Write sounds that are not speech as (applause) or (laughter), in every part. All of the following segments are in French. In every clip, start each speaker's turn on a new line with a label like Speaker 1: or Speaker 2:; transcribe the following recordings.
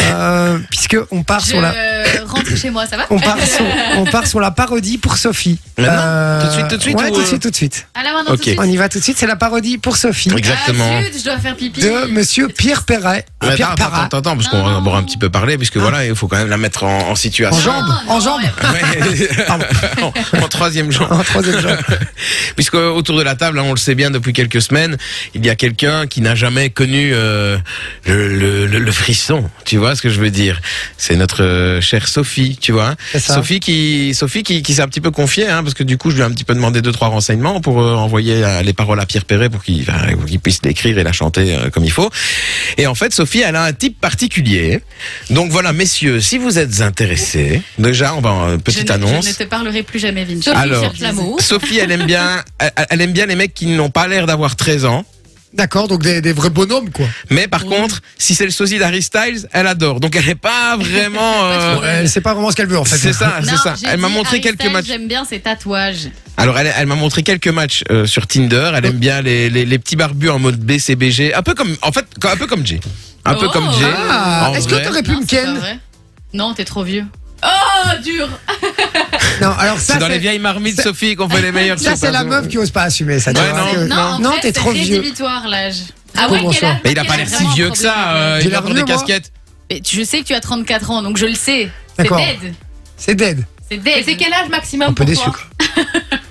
Speaker 1: Euh, puisque on part
Speaker 2: Je
Speaker 1: sur la
Speaker 2: rentre chez moi, ça va
Speaker 1: on part sur, on part sur la parodie pour Sophie.
Speaker 3: Maintenant Tout de suite, tout de suite,
Speaker 1: Ouais,
Speaker 3: ou,
Speaker 1: tout de
Speaker 3: euh,
Speaker 1: suite, tout de suite.
Speaker 2: À la main, non, tout
Speaker 3: Ok.
Speaker 2: de suite.
Speaker 1: On y va tout de suite. C'est la parodie pour Sophie
Speaker 3: Exactement.
Speaker 2: Ah, zut, je dois faire pipi.
Speaker 1: de Monsieur Pierre Perret.
Speaker 3: Ah, Mais
Speaker 1: Pierre
Speaker 3: attends,
Speaker 1: Perret.
Speaker 3: attends, attends, parce qu'on va un petit peu parler, puisque voilà, il faut quand même la mettre en, en
Speaker 1: En
Speaker 3: situation.
Speaker 1: jambe,
Speaker 2: Ah, Non,
Speaker 1: en
Speaker 2: non,
Speaker 1: jambe.
Speaker 2: ouais.
Speaker 3: (laughs) Ouais. en, en troisième jambe.
Speaker 1: En troisième
Speaker 3: (laughs)
Speaker 1: jambe.
Speaker 3: Puisque euh, autour de la table, hein, on le sait bien depuis quelques semaines, il y a quelqu'un qui n'a jamais connu euh, le, le- le- le frisson. Tu vois ce que je veux dire C'est notre euh, chère Sophie, tu vois. hein.
Speaker 1: C'est ça.
Speaker 3: Sophie qui, Sophie qui, qui s'est un petit peu confiée, hein, parce que du coup, je lui ai un petit peu demandé deux trois renseignements pour euh, envoyer euh, les paroles à Pierre Perret pour qu'il enfin, pour qu'il puisse l'écrire et la chanter euh, comme il faut. Et en fait, Sophie, elle a un type particulier. Donc voilà, messieurs, si vous êtes intéressés, déjà, on va euh,
Speaker 2: Je ne-
Speaker 3: petite annonce.
Speaker 2: Je ne te parlerai plus jamais, Vinci.
Speaker 3: Sophie Alors.
Speaker 2: cherche l'amour.
Speaker 3: Sophie, elle aime bien, elle, elle aime bien les mecs qui n'ont pas l'air d'avoir 13 ans.
Speaker 1: D'accord, donc des, des vrais bonhommes quoi.
Speaker 3: Mais par
Speaker 2: Oui.
Speaker 3: contre, si c'est le sosie d'Harry Styles, elle adore. Donc elle n'est
Speaker 2: (laughs)
Speaker 3: pas vraiment. euh,
Speaker 2: Ouais,
Speaker 1: Elle sait pas vraiment ce qu'elle veut en fait.
Speaker 3: c'est ça,
Speaker 2: Non,
Speaker 3: c'est ça.
Speaker 2: j'ai
Speaker 3: Elle m'a
Speaker 2: dit,
Speaker 3: montré
Speaker 2: Harry
Speaker 3: quelques
Speaker 2: Styles,
Speaker 3: matchs.
Speaker 2: J'aime bien ses tatouages.
Speaker 3: Alors elle, elle m'a montré quelques matchs euh, sur Tinder. Elle aime bien les, les, les petits barbus en mode BCBG, un peu comme, en fait, un peu comme Jay, un peu
Speaker 2: Oh.
Speaker 3: comme Jay.
Speaker 1: Ah,
Speaker 3: En
Speaker 1: est-ce que
Speaker 3: vrai.
Speaker 1: t'aurais pu
Speaker 2: Non,
Speaker 1: me
Speaker 2: c'est pas
Speaker 1: ken
Speaker 2: vrai. Non, t'es trop vieux. Oh, dur
Speaker 1: Non, alors ça
Speaker 3: C'est dans les
Speaker 1: c'est
Speaker 3: vieilles marmites
Speaker 1: c'est-
Speaker 3: Sophie qu'on fait les meilleurs.
Speaker 1: ça, c'est la meuf qui ose pas assumer ça. tu
Speaker 3: Ouais,
Speaker 1: vois,
Speaker 3: non.
Speaker 1: que-
Speaker 2: Non, en
Speaker 1: non,
Speaker 2: fait,
Speaker 1: t'es
Speaker 2: c'est
Speaker 1: trop vieux.
Speaker 2: rédhibitoire l'âge.
Speaker 1: Ah ouais, Comment quel ça âge
Speaker 3: Mais il a pas l'air si vieux que ça. euh,
Speaker 1: J'ai
Speaker 3: il
Speaker 1: l'air
Speaker 3: a encore des
Speaker 1: vieux, moi.
Speaker 3: casquettes. (laughs)
Speaker 2: Mais je sais que tu as 34 ans, donc je le sais. C'est
Speaker 1: D'accord.
Speaker 2: dead.
Speaker 1: C'est dead.
Speaker 2: C'est dead.
Speaker 4: Et c'est quel âge maximum
Speaker 1: Un peu
Speaker 4: pour
Speaker 1: déçu.
Speaker 4: toi
Speaker 1: quoi.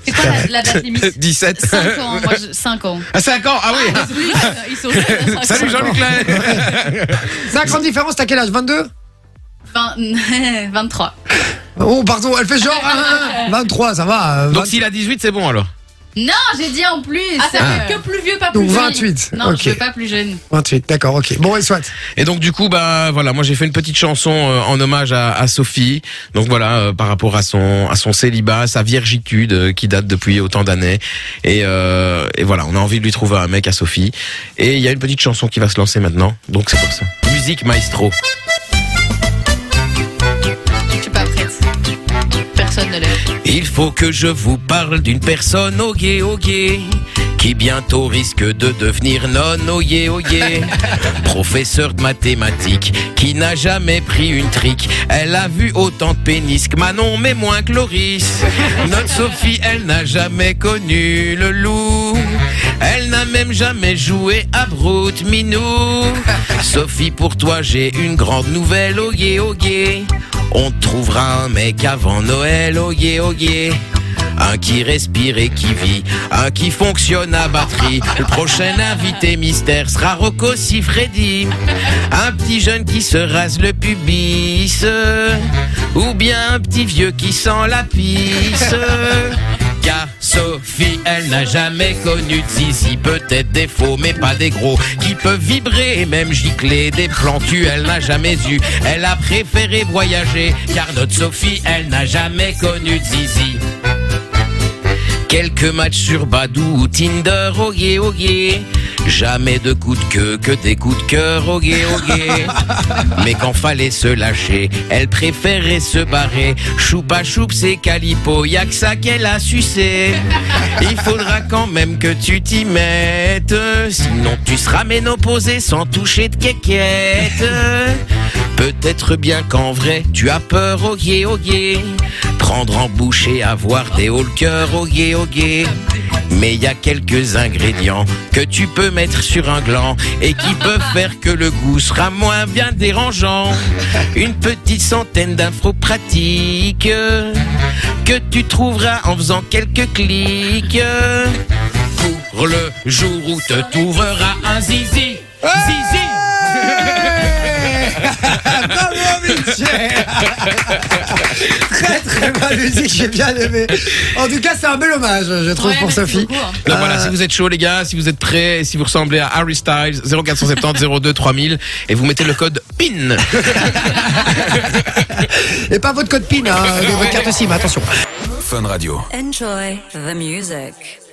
Speaker 4: C'est quoi la, la
Speaker 3: (laughs)
Speaker 4: date limite
Speaker 3: 17.
Speaker 2: 5 ans, moi, 5 ans.
Speaker 3: Ah 5 ans. Ah oui.
Speaker 2: Ils
Speaker 1: (laughs)
Speaker 2: sont jeunes,
Speaker 1: Ah,
Speaker 3: (laughs)
Speaker 2: à cinq
Speaker 3: Salut
Speaker 2: ans.
Speaker 3: Jean-Luc Lahaye.
Speaker 1: C'est la grande différence. T'as quel âge 22
Speaker 2: Vingt- (laughs) 23.
Speaker 1: Oh pardon, elle fait genre hein,
Speaker 2: (laughs)
Speaker 1: hein, 23, ça va. euh,
Speaker 3: Donc
Speaker 1: 20
Speaker 3: s'il a 18, c'est bon alors.
Speaker 2: Non, j'ai dit en plus.
Speaker 4: Ah, ça
Speaker 2: euh,
Speaker 4: fait que plus vieux, pas plus
Speaker 1: Donc
Speaker 4: jeune.
Speaker 1: 28.
Speaker 2: Non,
Speaker 1: ok.
Speaker 2: je veux pas plus jeune.
Speaker 1: 28, d'accord, ok. Bon, et soit.
Speaker 2: (laughs)
Speaker 3: Et donc du coup, bah voilà, moi j'ai fait une petite chanson euh, en hommage à, à Sophie. Donc voilà, euh, par rapport à son à son célibat, sa viergitude euh, qui date depuis autant d'années. Et, euh, et voilà, on a envie de lui trouver un mec à Sophie. Et il y a une petite chanson qui va se lancer maintenant. Donc c'est pour ça. Musique maestro.
Speaker 2: Je suis pas prête. Personne ne l'est.
Speaker 3: Il faut que je vous parle d'une personne oh au gué au gué qui bientôt risque de devenir non oh au gué au gué. Professeur de mathématiques qui n'a jamais pris une trique. Elle a vu autant de pénis que Manon mais moins que Loris. Notre Sophie, elle n'a jamais connu le loup. Elle n'a même jamais joué à Brute Minou. Sophie, pour toi, j'ai une grande nouvelle, oh yeah, oh yeah. On te trouvera un mec avant Noël, oh yeah, oh yeah. Un qui respire et qui vit, un qui fonctionne à batterie. Le prochain invité mystère sera Rocco Siffredi. Un petit jeune qui se rase le pubis. Ou bien un petit vieux qui sent la pisse. Car Sophie, elle n'a jamais connu de zizi, peut-être des faux, mais pas des gros, qui peuvent vibrer et même gicler des plans cul, elle n'a jamais eu. Elle a préféré voyager, car notre Sophie, elle n'a jamais connu de zizi. Quelques matchs sur Badou ou Tinder, oh yeah, oh yeah. Jamais de coups de queue que des coups de cœur, oh yeah, oh yeah. Mais quand fallait se lâcher, elle préférait se barrer. Choupa choup, c'est calipo, y'a que ça qu'elle a sucé. Il faudra quand même que tu t'y mettes, sinon tu seras ménopausé sans toucher de quéquette. Peut-être bien qu'en vrai, tu as peur, oh yeah, oh yeah. Prendre en bouche et avoir des hauts le cœur, oh yeah, oh yeah. Mais il y a quelques ingrédients que tu peux mettre sur un gland et qui peuvent faire que le goût sera moins bien dérangeant. Une petite centaine d'infos pratiques que tu trouveras en faisant quelques clics. Pour le jour où te trouveras un zizi, zizi.
Speaker 1: Très très bonne musique, j'ai bien aimé. En tout cas, c'est un bel hommage, je trouve,
Speaker 2: Ouais,
Speaker 1: pour
Speaker 2: merci
Speaker 1: Sophie.
Speaker 2: beaucoup. hein.
Speaker 3: Donc
Speaker 1: Euh,
Speaker 3: voilà, si vous êtes chaud les gars, si vous êtes prêts, si vous ressemblez à Harry Styles, 0470 02 3000 et vous mettez le code PIN.
Speaker 1: Et pas votre code PIN, hein, de votre carte SIM, attention.
Speaker 5: Fun Radio.
Speaker 6: Enjoy the music.